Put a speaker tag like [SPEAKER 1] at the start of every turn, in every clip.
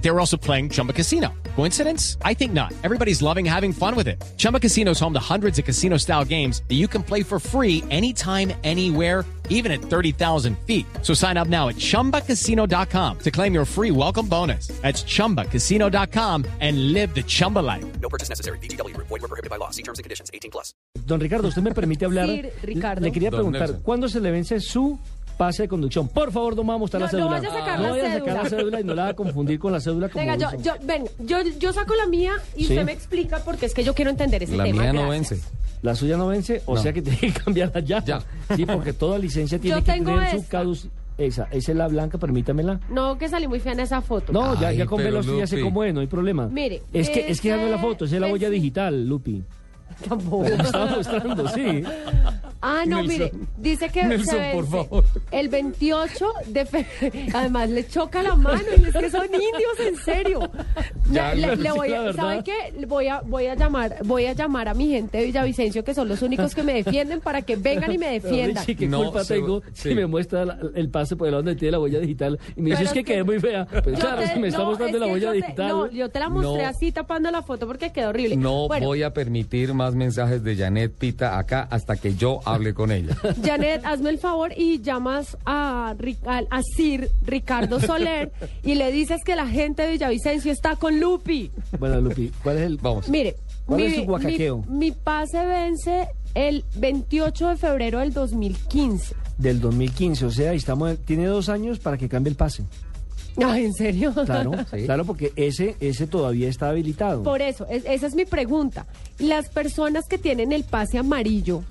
[SPEAKER 1] They were also playing Chumba Casino. Coincidence? I think not. Everybody's loving having fun with it. Chumba Casino is home to hundreds of casino style games that you can play for free anytime, anywhere even at 30,000 feet. So sign up now at ChumbaCasino.com to claim your free welcome bonus. That's ChumbaCasino.com and live the Chumba life.
[SPEAKER 2] No purchase necessary. BGW. Void were prohibited by law. See terms and conditions. 18 plus.
[SPEAKER 3] Don Ricardo, usted me permite hablar.
[SPEAKER 4] Sí, Ricardo.
[SPEAKER 3] Le quería
[SPEAKER 5] Don
[SPEAKER 3] preguntar,
[SPEAKER 5] Nelson.
[SPEAKER 3] ¿cuándo se le vence su pase de conducción? Por favor, no vamos a mostrar
[SPEAKER 4] No,
[SPEAKER 3] la cédula.
[SPEAKER 4] no vaya a sacar
[SPEAKER 3] No
[SPEAKER 4] la
[SPEAKER 3] vaya a sacar
[SPEAKER 4] cédula.
[SPEAKER 3] la cédula y no la va a confundir con la cédula como
[SPEAKER 4] Venga, yo,
[SPEAKER 3] hizo.
[SPEAKER 4] yo, ven, yo, yo saco la mía y
[SPEAKER 3] Sí.
[SPEAKER 4] usted me explica porque es que yo quiero entender ese
[SPEAKER 5] La
[SPEAKER 4] tema.
[SPEAKER 5] mía no
[SPEAKER 4] gracias.
[SPEAKER 5] vence.
[SPEAKER 3] La suya no vence, o sea que tiene que cambiarla ya.
[SPEAKER 5] Ya.
[SPEAKER 3] Sí, porque toda licencia tiene
[SPEAKER 4] Yo
[SPEAKER 3] que
[SPEAKER 4] tengo
[SPEAKER 3] tener su
[SPEAKER 4] esta.
[SPEAKER 3] caduc... Esa, esa es la blanca, permítamela.
[SPEAKER 4] No, que salí muy fea en esa foto.
[SPEAKER 3] No, ya,
[SPEAKER 5] Ay,
[SPEAKER 3] ya con
[SPEAKER 5] pero,
[SPEAKER 3] velocidad ya sé
[SPEAKER 5] Lupi.
[SPEAKER 3] cómo es, no hay problema.
[SPEAKER 4] Mire,
[SPEAKER 3] Es que, es que ya no es la
[SPEAKER 4] ese-
[SPEAKER 3] foto, esa es la huella
[SPEAKER 4] ese-
[SPEAKER 3] digital, Lupi.
[SPEAKER 4] Tampoco.
[SPEAKER 3] Me estaba mostrando, sí.
[SPEAKER 4] Ah, no, mire,
[SPEAKER 5] Nelson.
[SPEAKER 4] dice que
[SPEAKER 5] Nelson,
[SPEAKER 4] se vence
[SPEAKER 5] por favor.
[SPEAKER 4] el 28 de febrero. Además, le choca la mano y es que son indios, en serio.
[SPEAKER 3] Ya,
[SPEAKER 4] le,
[SPEAKER 3] Lupi,
[SPEAKER 4] le voy
[SPEAKER 3] la
[SPEAKER 4] a,
[SPEAKER 3] verdad.
[SPEAKER 4] ¿Sabe qué? Le Voy a, voy, a llamar, voy a llamar a mi gente de Villavicencio, que son los únicos que me defienden, para que vengan y me defiendan.
[SPEAKER 3] Sí, ¿qué
[SPEAKER 5] No,
[SPEAKER 3] culpa
[SPEAKER 5] se-
[SPEAKER 3] tengo si
[SPEAKER 5] sí.
[SPEAKER 3] me muestra la- el pase por el lado donde tiene la huella digital? Y me dice, es
[SPEAKER 4] Pero
[SPEAKER 3] que
[SPEAKER 4] es que-
[SPEAKER 3] quedé muy fea. Pues
[SPEAKER 4] Yo
[SPEAKER 3] claro,
[SPEAKER 4] te-
[SPEAKER 3] si me está
[SPEAKER 4] no,
[SPEAKER 3] mostrando
[SPEAKER 4] es
[SPEAKER 3] la
[SPEAKER 4] que
[SPEAKER 3] huella
[SPEAKER 4] yo te-
[SPEAKER 3] digital.
[SPEAKER 4] No, yo te la mostré
[SPEAKER 5] No.
[SPEAKER 4] así tapando la foto porque quedó horrible.
[SPEAKER 5] No
[SPEAKER 4] Bueno,
[SPEAKER 5] voy a permitir más mensajes de Janet Pita acá hasta que yo hable con ella.
[SPEAKER 4] Janet, hazme el favor y llamas a, Ri- al- a Sir Ricardo Soler y le dices que la gente de Villavicencio está con Lupi.
[SPEAKER 3] Bueno, Lupi, ¿cuál es el...?
[SPEAKER 5] Vamos.
[SPEAKER 4] Mire,
[SPEAKER 3] ¿Cuál es su guacaqueo?
[SPEAKER 4] Mi, mi pase vence el 28 de febrero del 2015.
[SPEAKER 3] Del 2015, o sea, estamos, tiene dos años para que cambie el pase.
[SPEAKER 4] Ay, ¿en serio?
[SPEAKER 3] Claro,
[SPEAKER 5] Sí.
[SPEAKER 3] claro, porque ese, ese todavía está habilitado.
[SPEAKER 4] Por eso, es- esa es mi pregunta. Las personas que tienen el pase amarillo,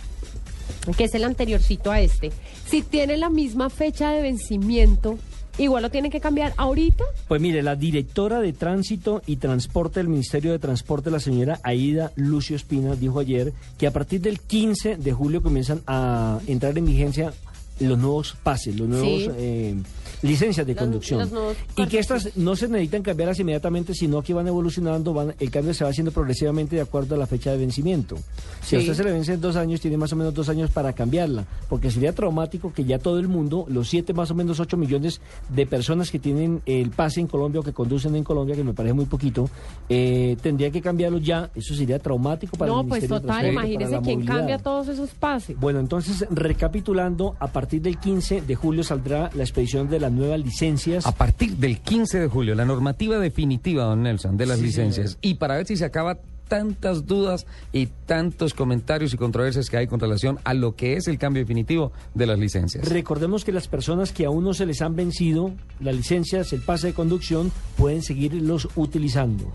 [SPEAKER 4] que es el anteriorcito a este, si tienen la misma fecha de vencimiento, igual lo tienen que cambiar ahorita.
[SPEAKER 3] Pues mire, la directora de Tránsito y Transporte del Ministerio de Transporte, la señora Aida Lucio Espina, dijo ayer que a partir del 15 de julio comienzan a entrar en vigencia los nuevos pases, los nuevos
[SPEAKER 4] Sí.
[SPEAKER 3] eh, licencias de
[SPEAKER 4] Los-
[SPEAKER 3] conducción.
[SPEAKER 4] los nuevos
[SPEAKER 3] y que estas no se necesitan cambiarlas inmediatamente, sino que van evolucionando, van, el cambio se va haciendo progresivamente de acuerdo a la fecha de vencimiento. Si
[SPEAKER 4] Sí.
[SPEAKER 3] a usted se le vence en dos años, tiene más o menos dos años para cambiarla, porque sería traumático que ya todo el mundo, los siete más o menos ocho millones de personas que tienen el pase en Colombia o que conducen en Colombia, que me parece muy poquito, eh, tendría que cambiarlo ya. Eso sería traumático para
[SPEAKER 4] no,
[SPEAKER 3] el
[SPEAKER 4] pues
[SPEAKER 3] Ministerio de
[SPEAKER 4] total,
[SPEAKER 3] Transporte, para
[SPEAKER 4] imagínese
[SPEAKER 3] la
[SPEAKER 4] quién
[SPEAKER 3] movilidad.
[SPEAKER 4] cambia todos esos pases.
[SPEAKER 3] Bueno, entonces, recapitulando, a partir del 15 de julio saldrá la expedición de las nuevas licencias.
[SPEAKER 5] A partir del 15 de julio, la normativa definitiva, don Nelson, de las licencias. Y para ver si se acaba tantas dudas y tantos comentarios y controversias que hay con relación a lo que es el cambio definitivo de las licencias.
[SPEAKER 3] Recordemos que las personas que aún no se les han vencido las licencias, el pase de conducción, pueden seguirlos utilizando.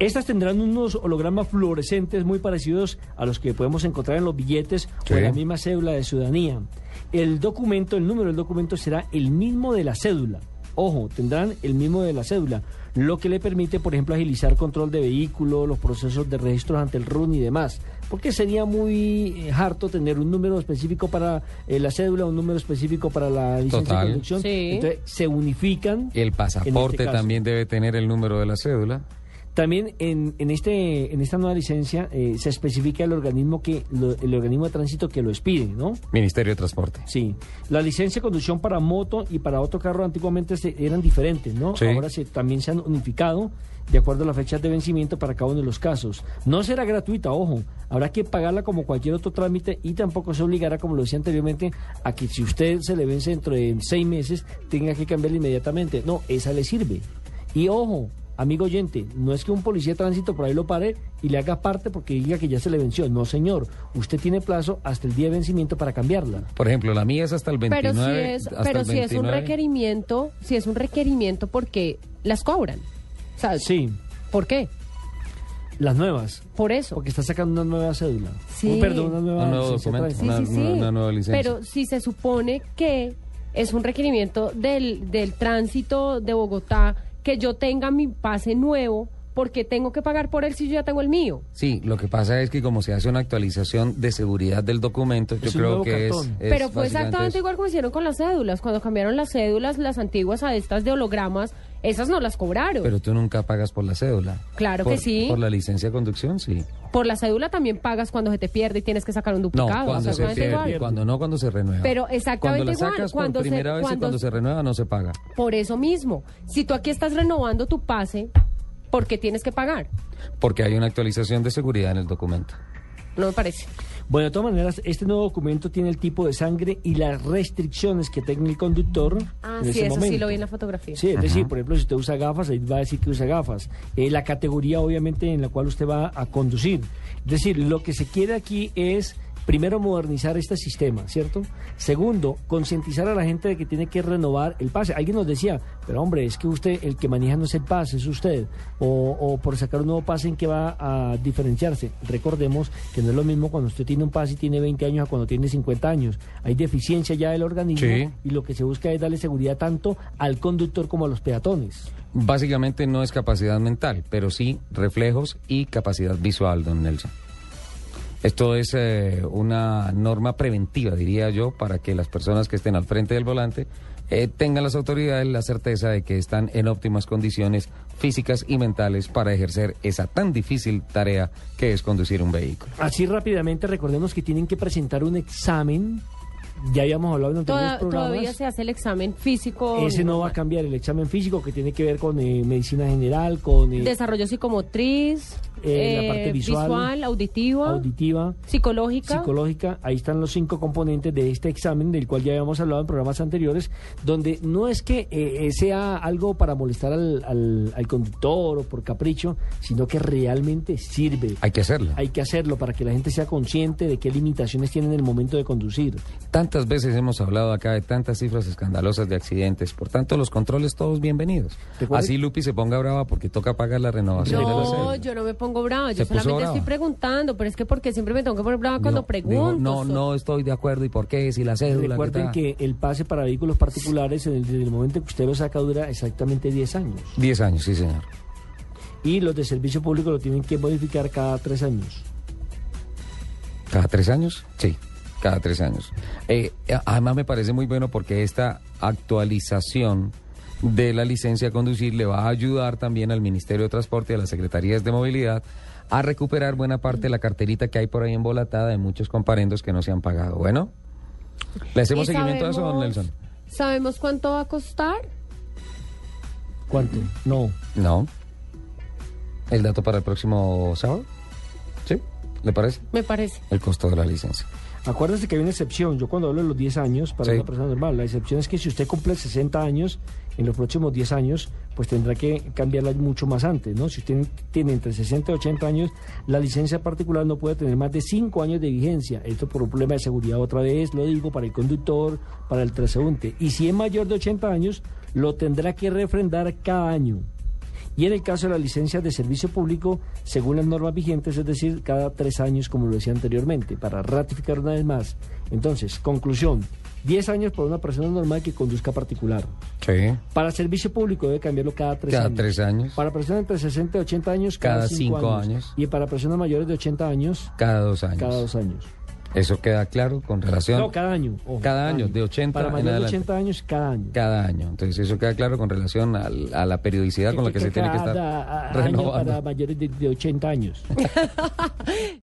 [SPEAKER 3] Estas tendrán unos hologramas fluorescentes muy parecidos a los que podemos encontrar en los billetes o en
[SPEAKER 5] Sí.
[SPEAKER 3] la misma cédula de ciudadanía. El documento, el número del documento será el mismo de la cédula. Ojo, tendrán el mismo de la cédula, lo que le permite, por ejemplo, agilizar control de vehículo, los procesos de registro ante el RUN y demás. Porque sería muy eh, harto tener un número específico para eh, la cédula, un número específico para la licencia
[SPEAKER 5] Total.
[SPEAKER 3] de conducción.
[SPEAKER 4] Sí.
[SPEAKER 3] Entonces, se unifican.
[SPEAKER 5] El
[SPEAKER 3] en este
[SPEAKER 5] pasaporte
[SPEAKER 3] caso.
[SPEAKER 5] también debe tener el número de la cédula.
[SPEAKER 3] También en, en este, en esta nueva licencia eh, se especifica el organismo, que, lo- el organismo de tránsito que lo expide, ¿no?
[SPEAKER 5] Ministerio de Transporte.
[SPEAKER 3] Sí, la licencia de conducción para moto y para otro carro antiguamente se- eran diferentes, ¿no?
[SPEAKER 5] Sí.
[SPEAKER 3] Ahora se, también se han unificado de acuerdo a las fechas de vencimiento para cada uno de los casos. No será gratuita, ojo, habrá que pagarla como cualquier otro trámite y tampoco se obligará, como lo decía anteriormente, a que si usted se le vence dentro de seis meses, tenga que cambiarla inmediatamente. No, esa le sirve. Y ojo, amigo oyente, no es que un policía de tránsito por ahí lo pare y le haga parte porque diga que ya se le venció. No, señor, usted tiene plazo hasta el día de vencimiento para cambiarla.
[SPEAKER 5] Por ejemplo, la mía es hasta el 29.
[SPEAKER 4] Pero si es,
[SPEAKER 5] hasta
[SPEAKER 4] pero
[SPEAKER 5] el
[SPEAKER 4] si es un
[SPEAKER 5] 29.
[SPEAKER 4] requerimiento, si es un requerimiento porque las cobran. O sea,
[SPEAKER 3] Sí,
[SPEAKER 4] ¿Por qué?
[SPEAKER 3] las nuevas.
[SPEAKER 4] Por eso.
[SPEAKER 3] Porque está sacando una nueva cédula.
[SPEAKER 4] Sí.
[SPEAKER 3] Un, perdón, una nueva
[SPEAKER 5] Un nuevo
[SPEAKER 3] licencia de
[SPEAKER 5] documento.
[SPEAKER 3] tránsito.
[SPEAKER 4] Sí, sí,
[SPEAKER 5] una-
[SPEAKER 4] sí.
[SPEAKER 5] una- una nueva licencia.
[SPEAKER 4] Pero si se supone que es un requerimiento del, del tránsito de Bogotá que yo tenga mi pase nuevo, porque tengo que pagar por él si yo ya tengo el mío.
[SPEAKER 5] Sí, lo que pasa es que como se hace una actualización de seguridad del documento, yo
[SPEAKER 3] un
[SPEAKER 5] creo
[SPEAKER 3] nuevo
[SPEAKER 5] que es,
[SPEAKER 3] cartón.
[SPEAKER 5] es
[SPEAKER 4] Pero fue
[SPEAKER 5] básicamente
[SPEAKER 4] exactamente
[SPEAKER 5] eso.
[SPEAKER 4] igual como hicieron con las cédulas. Cuando cambiaron las cédulas, las antiguas a estas de hologramas, esas no las cobraron.
[SPEAKER 5] Pero tú nunca pagas por la cédula.
[SPEAKER 4] Claro que
[SPEAKER 5] Por-
[SPEAKER 4] sí.
[SPEAKER 5] Por la licencia de conducción, sí.
[SPEAKER 4] por la cédula también pagas cuando se te pierde y tienes que sacar un
[SPEAKER 5] No,
[SPEAKER 4] duplicado.
[SPEAKER 5] cuando se
[SPEAKER 4] exactamente
[SPEAKER 5] pierde,
[SPEAKER 4] igual.
[SPEAKER 5] cuando no, cuando se renueva.
[SPEAKER 4] Pero exactamente
[SPEAKER 5] cuando la
[SPEAKER 4] igual,
[SPEAKER 5] sacas
[SPEAKER 4] cuando
[SPEAKER 5] por
[SPEAKER 4] se-
[SPEAKER 5] primera vez y
[SPEAKER 4] cuando-
[SPEAKER 5] cuando se renueva no se paga.
[SPEAKER 4] Por eso mismo, si tú aquí estás renovando tu pase, ¿por qué tienes que pagar?
[SPEAKER 5] Porque hay una actualización de seguridad en el documento.
[SPEAKER 4] No me parece.
[SPEAKER 3] Bueno, de todas maneras, este nuevo documento tiene el tipo de sangre y las restricciones que tenga el conductor.
[SPEAKER 4] Ah,
[SPEAKER 3] en
[SPEAKER 4] sí,
[SPEAKER 3] ese
[SPEAKER 4] eso sí
[SPEAKER 3] momento.
[SPEAKER 4] lo vi en la fotografía.
[SPEAKER 3] Sí, es decir, por ejemplo, si usted usa gafas, ahí va a decir que usa gafas. Eh, la categoría, obviamente, en la cual usted va a conducir. Es decir, lo que se quiere aquí es, primero, modernizar este sistema, ¿cierto? Segundo, concientizar a la gente de que tiene que renovar el pase. Alguien nos decía, pero hombre, es que usted, el que maneja no es el pase, es usted. O, o por sacar un nuevo pase, ¿en qué va a diferenciarse? Recordemos que no es lo mismo cuando usted tiene un pase y tiene 20 años a cuando tiene 50 años. Hay deficiencia ya del organismo
[SPEAKER 5] Sí.
[SPEAKER 3] y lo que se busca es darle seguridad tanto al conductor como a los peatones.
[SPEAKER 5] Básicamente no es capacidad mental, pero sí reflejos y capacidad visual, don Nelson. Esto es eh, una norma preventiva, diría yo, para que las personas que estén al frente del volante eh, tengan las autoridades la certeza de que están en óptimas condiciones físicas y mentales para ejercer esa tan difícil tarea que es conducir un vehículo.
[SPEAKER 3] Así rápidamente recordemos que tienen que presentar un examen. Ya habíamos hablado en anteriores
[SPEAKER 4] Toda-
[SPEAKER 3] programas.
[SPEAKER 4] todavía se hace el examen físico.
[SPEAKER 3] Ese no va a cambiar el examen físico que tiene que ver con eh, medicina general, con eh,
[SPEAKER 4] Desarrollo psicomotriz,
[SPEAKER 3] Eh, la parte visual,
[SPEAKER 4] auditiva,
[SPEAKER 3] auditiva,
[SPEAKER 4] psicológica.
[SPEAKER 3] psicológica. Ahí están los cinco componentes de este examen del cual ya habíamos hablado en programas anteriores, donde no es que eh, eh, sea algo para molestar al, al- al conductor o por capricho, sino que realmente sirve.
[SPEAKER 5] Hay que hacerlo.
[SPEAKER 3] Hay que hacerlo para que la gente sea consciente de qué limitaciones tiene en el momento de conducir.
[SPEAKER 5] Tantas veces hemos hablado acá de tantas cifras escandalosas de accidentes, por tanto los controles todos bienvenidos.
[SPEAKER 3] Recuerde-
[SPEAKER 5] Así Lupi se ponga brava porque toca pagar la renovación. de la
[SPEAKER 4] No,
[SPEAKER 5] cédula.
[SPEAKER 4] yo no me pongo brava, yo
[SPEAKER 5] Se puso
[SPEAKER 4] solamente
[SPEAKER 5] brava.
[SPEAKER 4] estoy preguntando, pero es que porque siempre me tengo que poner brava cuando
[SPEAKER 5] Dijo-
[SPEAKER 4] pregunto.
[SPEAKER 5] dijo, no, no estoy de acuerdo y por qué si la cédula. ¿qué
[SPEAKER 3] Recuerden
[SPEAKER 5] tal?".
[SPEAKER 3] que el pase para vehículos particulares, en el- desde el momento en que usted lo saca, dura exactamente 10 años.
[SPEAKER 5] Diez años, sí señor.
[SPEAKER 3] Y los de servicio público lo tienen que modificar cada 3 años.
[SPEAKER 5] ¿Cada tres años? Sí, cada tres años. Eh, a- además me parece muy bueno porque esta actualización de la licencia a conducir le va a ayudar también al Ministerio de Transporte y a las Secretarías de Movilidad a recuperar buena parte de la carterita que hay por ahí embolatada de muchos comparendos que no se han pagado. Bueno, ¿le hacemos
[SPEAKER 4] ¿Y
[SPEAKER 5] seguimiento a eso, don
[SPEAKER 4] sabemos-
[SPEAKER 5] Nelson?
[SPEAKER 4] ¿Sabemos cuánto va a costar?
[SPEAKER 3] ¿Cuánto? No.
[SPEAKER 5] No. ¿El dato para el próximo sábado? ¿Sí? ¿Le parece?
[SPEAKER 4] Me parece.
[SPEAKER 5] El costo de la licencia.
[SPEAKER 3] Acuérdense que hay una excepción. Yo cuando hablo de los 10 años, para
[SPEAKER 5] Sí.
[SPEAKER 3] una persona normal, la excepción es que si usted cumple 60 años, en los próximos 10 años, pues tendrá que cambiarla mucho más antes, ¿no? Si usted tiene entre 60 y 80 años, la licencia particular no puede tener más de 5 años de vigencia. Esto por un problema de seguridad otra vez, lo digo, para el conductor, para el transeúnte. Y si es mayor de 80 años, lo tendrá que refrendar cada año. Y en el caso de las licencias de servicio público, según las normas vigentes, es decir, cada tres años, como lo decía anteriormente, para ratificar una vez más. Entonces, conclusión, 10 años por una persona normal que conduzca particular.
[SPEAKER 5] Sí.
[SPEAKER 3] Para servicio público debe cambiarlo cada tres
[SPEAKER 5] Cada
[SPEAKER 3] años.
[SPEAKER 5] tres años.
[SPEAKER 3] Para personas entre 60 y 80 años, cada,
[SPEAKER 5] Cada
[SPEAKER 3] cinco,
[SPEAKER 5] cinco
[SPEAKER 3] años.
[SPEAKER 5] años.
[SPEAKER 3] Y para personas mayores de 80 años,
[SPEAKER 5] Cada dos años.
[SPEAKER 3] cada dos años.
[SPEAKER 5] Eso queda claro con relación.
[SPEAKER 3] No, cada año. ojo,
[SPEAKER 5] Cada año, de 80
[SPEAKER 3] Para
[SPEAKER 5] en
[SPEAKER 3] mayores de
[SPEAKER 5] adelante.
[SPEAKER 3] 80 años, cada año.
[SPEAKER 5] Cada año. Entonces, eso queda claro con relación al- a, la periodicidad con la que se tiene que
[SPEAKER 3] Cada
[SPEAKER 5] estar
[SPEAKER 3] año para
[SPEAKER 5] renovando.
[SPEAKER 3] mayores de- de 80 años.